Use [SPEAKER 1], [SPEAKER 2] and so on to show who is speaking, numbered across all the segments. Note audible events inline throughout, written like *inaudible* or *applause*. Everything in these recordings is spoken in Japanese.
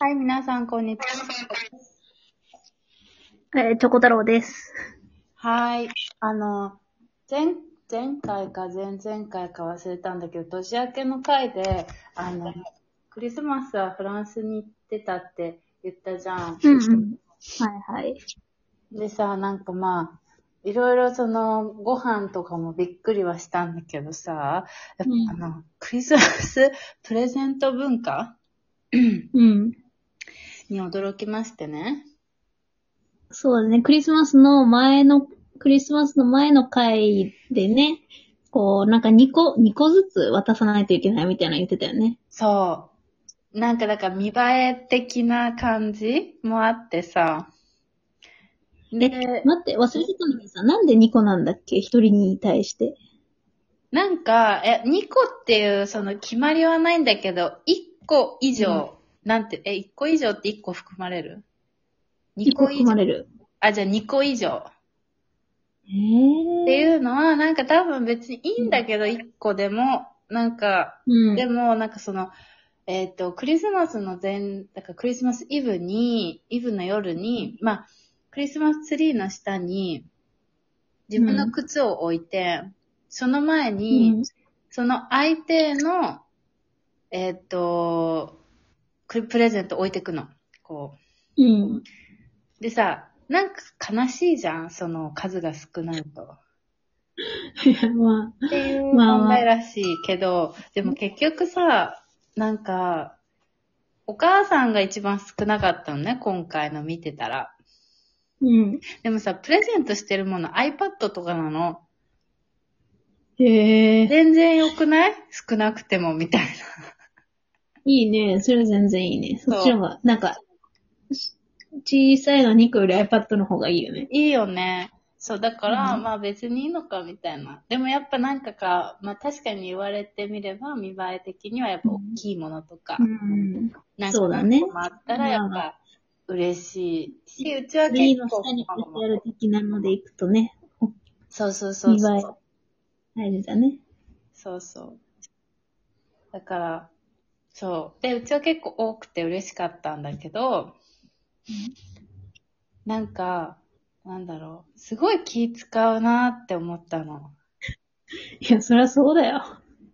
[SPEAKER 1] はい、皆さん、こんにち
[SPEAKER 2] えーチョコ太郎です。
[SPEAKER 1] は。はい。あの、前、前回か前々回か忘れたんだけど、年明けの回で、あの、クリスマスはフランスに行ってたって言ったじゃん。
[SPEAKER 2] うんうん。はいはい。
[SPEAKER 1] でさ、なんかまあ、いろいろその、ご飯とかもびっくりはしたんだけどさ、やっ
[SPEAKER 2] うん
[SPEAKER 1] ぱあの、クリスマスプレゼント文化
[SPEAKER 2] うん。
[SPEAKER 1] に驚きましてね。
[SPEAKER 2] そうだね。クリスマスの前の、クリスマスの前の回でね、こう、なんか2個、2個ずつ渡さないといけないみたいなの言ってたよね。
[SPEAKER 1] そう。なんかだから見栄え的な感じもあってさ。で、
[SPEAKER 2] 待って、忘れてたのにさ、なんで2個なんだっけ ?1 人に対して。
[SPEAKER 1] なんか、え、2個っていうその決まりはないんだけど、1個以上、なんて、え、1個以上って1個含まれる ?2
[SPEAKER 2] 2個
[SPEAKER 1] 個以
[SPEAKER 2] 含ま
[SPEAKER 1] 上。
[SPEAKER 2] れる。
[SPEAKER 1] あ、じゃあ2個以上。
[SPEAKER 2] え
[SPEAKER 1] って
[SPEAKER 2] ー。
[SPEAKER 1] いうのは、なんか多分別にいいんだけど、1個でも、なんか、
[SPEAKER 2] うん。
[SPEAKER 1] でも、なんかその、えっ、と、クリスマスの前、だからクリスマスイブに、イブの夜に、まあ、クリスマスツリーの下に、自分の靴を置いて、その前に、
[SPEAKER 2] うん
[SPEAKER 1] その相手の、えっ、と、くプレゼント置いてくの。こ
[SPEAKER 2] うん。
[SPEAKER 1] う。でさ、なんか悲しいじゃん、その数が少ないと。
[SPEAKER 2] まあ、
[SPEAKER 1] っていう
[SPEAKER 2] まあまあ
[SPEAKER 1] 問題らしいけど、でも結局さ、なんか、お母さんが一番少なかったのね、今回の見てたら。
[SPEAKER 2] うん。
[SPEAKER 1] でもさ、プレゼントしてるもの iPad とかなの。
[SPEAKER 2] へえ。
[SPEAKER 1] 全然良くない少なくても、みたいな。
[SPEAKER 2] いいね。それは全然いいね。
[SPEAKER 1] そう
[SPEAKER 2] そっちの方が、なんか、し小さいの2個より iPad の方がいいよね。
[SPEAKER 1] いいよね。そう、だから、
[SPEAKER 2] うん
[SPEAKER 1] まあ別にいいのか、みたいな。でもやっぱなんかか、まあ確かに言われてみれば、見栄え的にはやっぱ大きいものとか、
[SPEAKER 2] うん。
[SPEAKER 1] なん
[SPEAKER 2] そうだね
[SPEAKER 1] もあったらやっぱ嬉しいし、うちは
[SPEAKER 2] ツリー
[SPEAKER 1] 結
[SPEAKER 2] の
[SPEAKER 1] 構
[SPEAKER 2] 下に置いてある的なので行くとね、
[SPEAKER 1] そうそうそ
[SPEAKER 2] 見
[SPEAKER 1] うそ
[SPEAKER 2] 栄え
[SPEAKER 1] う。、
[SPEAKER 2] 大事だね。
[SPEAKER 1] そうそう。だから、そう。で、うちは結構多くて嬉しかったんだけど、なんか、なんだろう。すごい気使うなって思ったの。
[SPEAKER 2] いや、そりゃそうだよ。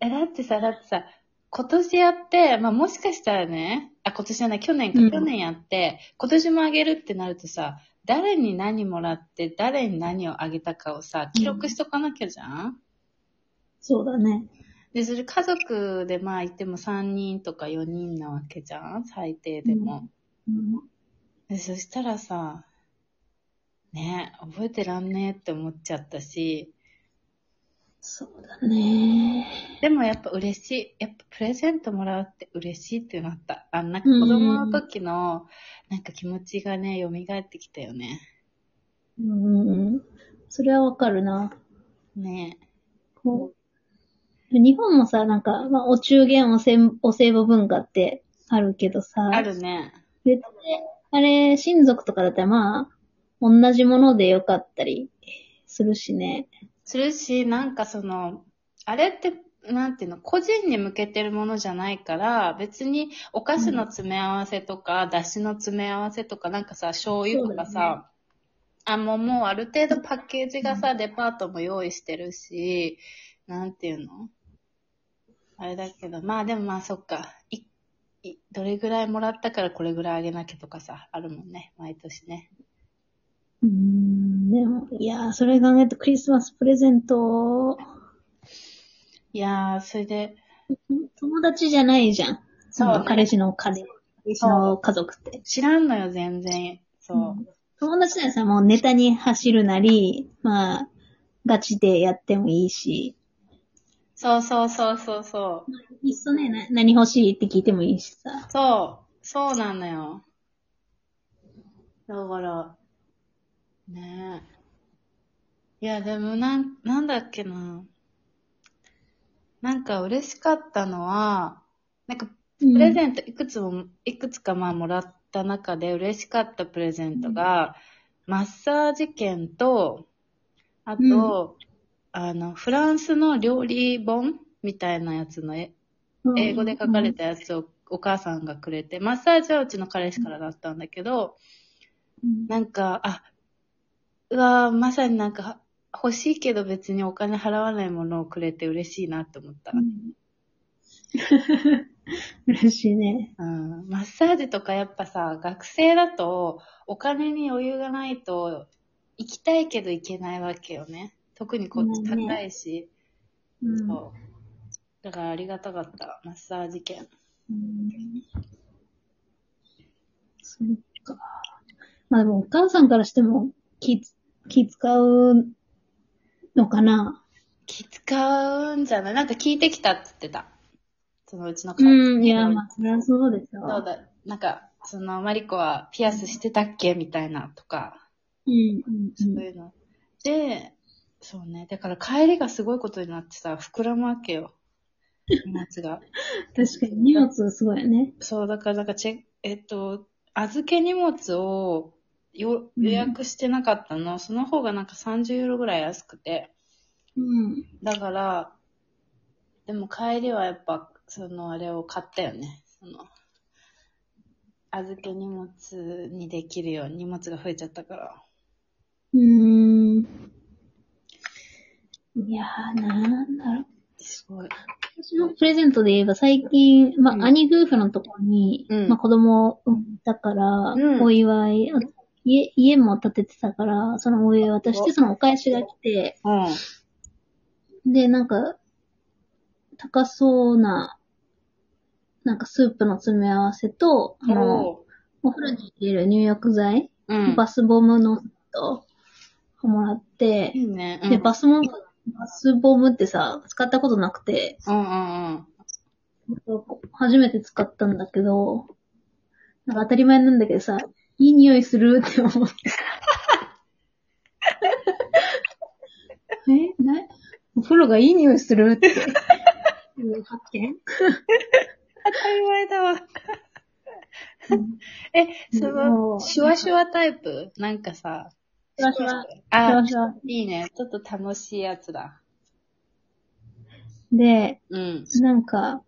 [SPEAKER 1] え、だってさ、だってさ、今年やって、まあ、もしかしたらね、あ、今年じゃない、去年か、
[SPEAKER 2] うん
[SPEAKER 1] 去年やって、今年もあげるってなるとさ、誰に何もらって、誰に何をあげたかをさ、記録しとかなきゃじゃん、
[SPEAKER 2] そうだね。
[SPEAKER 1] で、それ家族でまあ言っても3人とか4人なわけじゃん最低でも、
[SPEAKER 2] うん
[SPEAKER 1] で。そしたらさ、ね、覚えてらんねえって思っちゃったし、
[SPEAKER 2] そうだね。
[SPEAKER 1] でもやっぱ嬉しい。やっぱプレゼントもらうって嬉しいってなった。あなんか子供の時の、なんか気持ちがね、蘇ってきたよね。
[SPEAKER 2] うんうん。それはわかるな。
[SPEAKER 1] ね
[SPEAKER 2] こう日本もさ、なんか、まあ、お中元、おせん、お歳暮文化ってあるけどさ、
[SPEAKER 1] あるね。
[SPEAKER 2] 絶対、あれ、親族とかだったらまあ、同じものでよかったりするしね。
[SPEAKER 1] するし、なんかその、あれって、なんていうの、個人に向けてるものじゃないから、別にお菓子の詰め合わせとか、だしの詰め合わせとか、なんかさ、醤油とか
[SPEAKER 2] そうだよね
[SPEAKER 1] さ、あ、もうもうある程度パッケージがさ、デパートも用意してるし、なんていうのあれだけど、まあでもまあそっか、い、い、どれぐらいもらったからこれぐらいあげなきゃとかさ、あるもんね、毎年ね。
[SPEAKER 2] うーん、でも、いやー、それ考えるとクリスマスプレゼント、
[SPEAKER 1] いやー、それで、
[SPEAKER 2] 友達じゃないじゃん。
[SPEAKER 1] そう
[SPEAKER 2] あの彼氏の家族、彼氏の家族って。
[SPEAKER 1] 知らんのよ、全然。そう。
[SPEAKER 2] 友達ならさ、もうネタに走るなり、まあ、ガチでやってもいいし、
[SPEAKER 1] そうそうそうそうそう。
[SPEAKER 2] いっそね、な何欲しいって聞いてもいいしさ。
[SPEAKER 1] そう、そうなのよ。だから、ねえ。いや、でもなん、なんだっけな。なんか嬉しかったのは、なんか
[SPEAKER 2] プ
[SPEAKER 1] プレゼ
[SPEAKER 2] ン
[SPEAKER 1] ントいくつも、いくつかまあもらった中で嬉しかったプレゼントが、マッサージ券と、あと、あの、フランスの料理本みたいなやつの絵英語で書かれ
[SPEAKER 2] て
[SPEAKER 1] たやつをお母さんがくれて、マッサージはうちの彼氏からだったんだけど、なんか、あ、うわーまさになんか、欲しいけど別にお金払わないものをくれて嬉しいなって思った。
[SPEAKER 2] 嬉しいね。
[SPEAKER 1] うん、マッサージとかやっぱさ、学生だとお金に余裕がないと行きたいけど行けないわけよね。特にこっち
[SPEAKER 2] まあね
[SPEAKER 1] 高いし。
[SPEAKER 2] うん
[SPEAKER 1] そう。だからありがたかった、マッサージ券。
[SPEAKER 2] うんそっか。まあでもお母さんからしても気つ、気使うのかな。
[SPEAKER 1] 気使うんじゃないなんか聞いてきたって言ってた。そのうちの彼氏
[SPEAKER 2] うん、いや、まあ、そりゃそうですよ。
[SPEAKER 1] そうだ。なんか、その、マリコはピアスしてたっけみたいなとか。
[SPEAKER 2] うん、うん、う
[SPEAKER 1] そ
[SPEAKER 2] ん
[SPEAKER 1] う。いうの。で、そうね。だから帰りがすごいことになってさ、膨らむわけよ。荷物が。
[SPEAKER 2] 確かに荷物すごいよね。
[SPEAKER 1] そう、だから、なんかチェ、えっと、預け荷物をよ
[SPEAKER 2] うん
[SPEAKER 1] 予約してなかったの、その方がなんか30ユーロぐらい安くて。
[SPEAKER 2] うん。
[SPEAKER 1] だから、でも帰りはやっぱ、そのあれを買ったよね。その、預け荷物にできるように荷物が増えちゃったから。
[SPEAKER 2] うーん。いやー、なんだろう。
[SPEAKER 1] すごい。
[SPEAKER 2] 私のプレゼントで言えば最近、まあ、
[SPEAKER 1] うん
[SPEAKER 2] 兄夫婦のところに、
[SPEAKER 1] うん
[SPEAKER 2] まあ、子供を産んだから、
[SPEAKER 1] うん
[SPEAKER 2] お祝い、あと家、家も建ててたから、そのお祝い渡して、そのお返しが来て、
[SPEAKER 1] うん。
[SPEAKER 2] で、なんか、高そうな、なんかスープの詰め合わせと、あの、
[SPEAKER 1] お
[SPEAKER 2] お風呂に入れる入浴剤、
[SPEAKER 1] ーうん。
[SPEAKER 2] バスボムのセットをもらって、
[SPEAKER 1] いいね。
[SPEAKER 2] で、バスボム、バスボムってさ、使ったことなくて、
[SPEAKER 1] うんうんうん。
[SPEAKER 2] 初めて使ったんだけど、なんか当たり前なんだけどさ、いい匂いするって思って。えなお風呂がいい匂いするって。いう発見
[SPEAKER 1] 当たり前だわ。 *laughs* え、そ
[SPEAKER 2] も
[SPEAKER 1] の、
[SPEAKER 2] う
[SPEAKER 1] シュワシュワタイプなんかさ、
[SPEAKER 2] シュワシュワシュ
[SPEAKER 1] あ
[SPEAKER 2] ワシュワ、
[SPEAKER 1] いいね。ちょっと楽しいやつだ。
[SPEAKER 2] で、
[SPEAKER 1] うん。
[SPEAKER 2] なんか、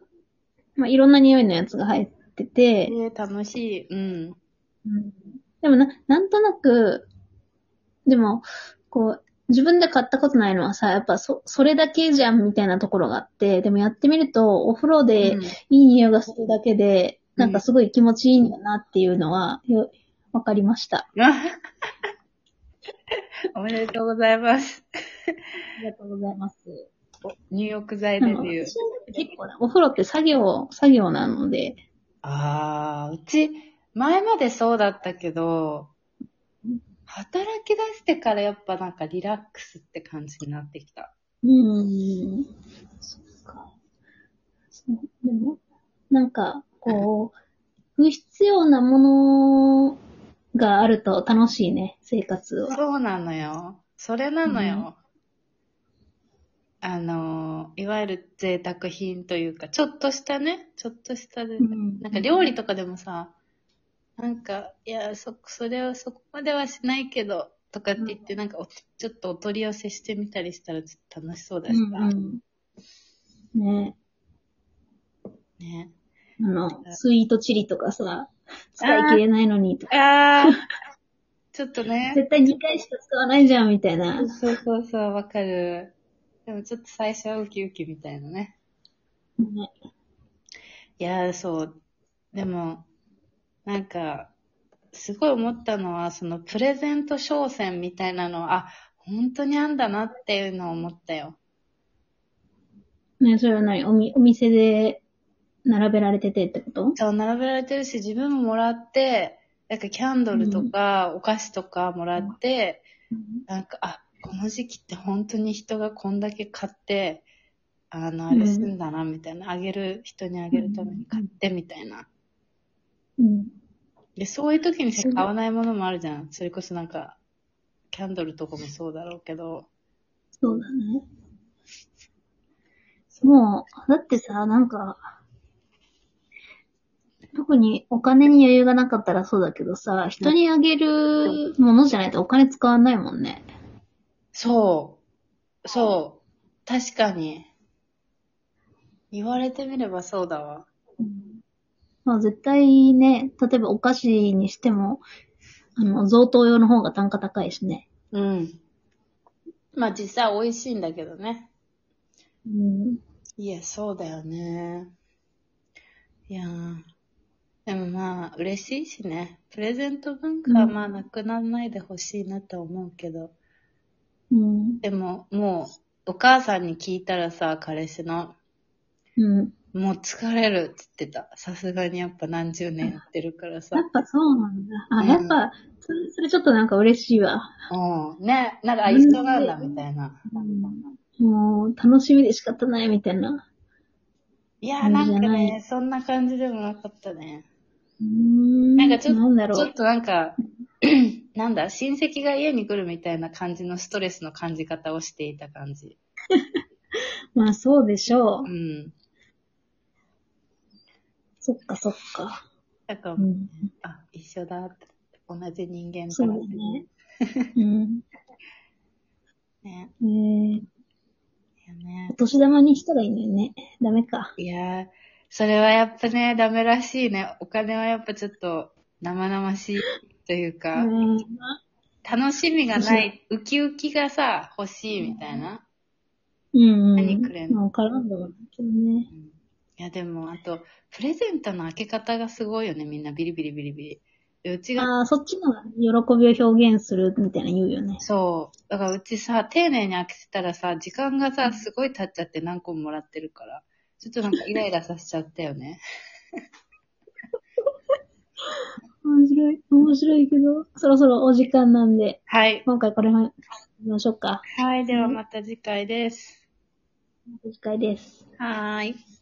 [SPEAKER 2] まあ、いろんな匂いのやつが入ってて、
[SPEAKER 1] えー、楽しい。うん。
[SPEAKER 2] うんでもな、なんとなく、でも、こう、自分で買ったことないのはさ、やっぱそ、それだけじゃんみたいなところがあって、でもやってみると、お風呂で
[SPEAKER 1] うん
[SPEAKER 2] いい匂いがするだけで、
[SPEAKER 1] うん
[SPEAKER 2] なんかすごい気持ちいいんだなっていうのは、よ、わかりました。
[SPEAKER 1] おめでとうございます。
[SPEAKER 2] ありがとうございます。
[SPEAKER 1] 入浴剤
[SPEAKER 2] で
[SPEAKER 1] デ
[SPEAKER 2] も
[SPEAKER 1] ビュー。
[SPEAKER 2] 私結構ね、お風呂って作業、作業なので、
[SPEAKER 1] ああ、うち、前までそうだったけど、働き出してからやっぱなんかリラックスって感じになってきた。
[SPEAKER 2] うーん。そっか。そう、でも、なんか、こう、不必要なものがあると楽しいね、生活は。
[SPEAKER 1] そうなのよ。それなのよ。あの、いわゆる贅沢品というか、ちょっとしたね、ちょっとしたで、
[SPEAKER 2] ん
[SPEAKER 1] なんか料理とかでもさ、なんか、いや、そ、それはそこまではしないけど、とかって言って、なんかお、ちょっとお取り寄せしてみたりしたら、ちょっと楽しそうだしさ。
[SPEAKER 2] うんうん。ね
[SPEAKER 1] ね。
[SPEAKER 2] あの、スイートチリとかさ、使い切れないのにとか、
[SPEAKER 1] ああ *laughs* ちょっとね。
[SPEAKER 2] 絶対2回しか使わないじゃん、みたいな。
[SPEAKER 1] *laughs* そうそうそう、わかる。でもちょっと最初はウキウキみたいなね。
[SPEAKER 2] ね
[SPEAKER 1] いやー、そう。でも、なんか、すごい思ったのは、そのプレゼント商戦みたいなのは、あ、本当にあんだなっていうのを思ったよ。
[SPEAKER 2] ねそれは何おみお店で並べられててってこと
[SPEAKER 1] そう、並べられてるし、自分ももらって、なんかキャンドルとか、お菓子とかもらって、なんか、あ、この時期って本当に人がこんだけ買って、あの、あれすんだな、みたいな。あげる、人にあげるために買って、みたいな。
[SPEAKER 2] うん。
[SPEAKER 1] で、そういう時にしか買わないものもあるじゃん。それこそなんか、キャンドルとかもそうだろうけど。
[SPEAKER 2] そうだね。もう、だってさ、なんか、特にお金に余裕がなかったらそうだけどさ、人にあげるものじゃないとお金使わないもんね。
[SPEAKER 1] そう。そう。確かに。言われてみればそうだわ。
[SPEAKER 2] まあ絶対ね、例えばお菓子にしても、あの、贈答用の方が単価高いしね。
[SPEAKER 1] うん。まあ実際美味しいんだけどね。
[SPEAKER 2] うん。
[SPEAKER 1] いや、そうだよね。いやーでもまあ嬉しいしね。プレゼント文化はまあなくならないでほしいなと思うけど。
[SPEAKER 2] うん。
[SPEAKER 1] でも、もう、お母さんに聞いたらさ、彼氏の、
[SPEAKER 2] うん。
[SPEAKER 1] もう疲れるっつってた。さすがにやっぱ何十年やってるからさ
[SPEAKER 2] や。っぱそうなんだ。あ、
[SPEAKER 1] うん
[SPEAKER 2] やっぱ、それ、それちょっとなんか嬉しいわ。
[SPEAKER 1] うん。ね、なんかあ一緒なんだみたいな。
[SPEAKER 2] もう、楽しみで仕方ないみたいな。
[SPEAKER 1] いやーなんか
[SPEAKER 2] いいじゃな
[SPEAKER 1] ね、そんな感じでもなかったね。
[SPEAKER 2] うん。
[SPEAKER 1] なんかちょっと
[SPEAKER 2] なんだろ
[SPEAKER 1] ちょっ
[SPEAKER 2] う。
[SPEAKER 1] となんか、 *clears throat* なんだ、親戚が家に来るみたいな感じのストレスの感じ方をしていた感じ。
[SPEAKER 2] まあそうでしょう。
[SPEAKER 1] うん。
[SPEAKER 2] そっかそっか。
[SPEAKER 1] だから、
[SPEAKER 2] うん。
[SPEAKER 1] あ、一緒だって。同じ人間
[SPEAKER 2] そう
[SPEAKER 1] だ
[SPEAKER 2] だ
[SPEAKER 1] って
[SPEAKER 2] ね。うん。
[SPEAKER 1] *laughs* ね。
[SPEAKER 2] えー、
[SPEAKER 1] いやね
[SPEAKER 2] お。年玉にしたらいいんだよね。ダメか。
[SPEAKER 1] いやー、それはやっぱね、ダメらしいね。お金はやっぱちょっと生々しいという
[SPEAKER 2] う
[SPEAKER 1] か、
[SPEAKER 2] ん。
[SPEAKER 1] 楽しみが *laughs* ない、ウキウキがさ、欲しいみたいな。
[SPEAKER 2] うん。
[SPEAKER 1] 何くれんの
[SPEAKER 2] まあわからんだろうけどね。
[SPEAKER 1] うんいやでも、あと、プレゼントの開け方がすごいよね、みんなビリビリビリビリ。でうちが、
[SPEAKER 2] ああ、そっちの喜びを表現するみたいな言うよね。
[SPEAKER 1] そう。だからうちさ、丁寧に開けてたらさ、時間がさ、すごい経っちゃって何個ももらってるから、ちょっとなんかイライラさせちゃったよね。
[SPEAKER 2] 面白い。面白いけど、そろそろお時間なんで、
[SPEAKER 1] *laughs* はい。
[SPEAKER 2] 今回これまでにしましょうか。
[SPEAKER 1] はい、ではまた次回です。
[SPEAKER 2] 次回です。
[SPEAKER 1] はーい。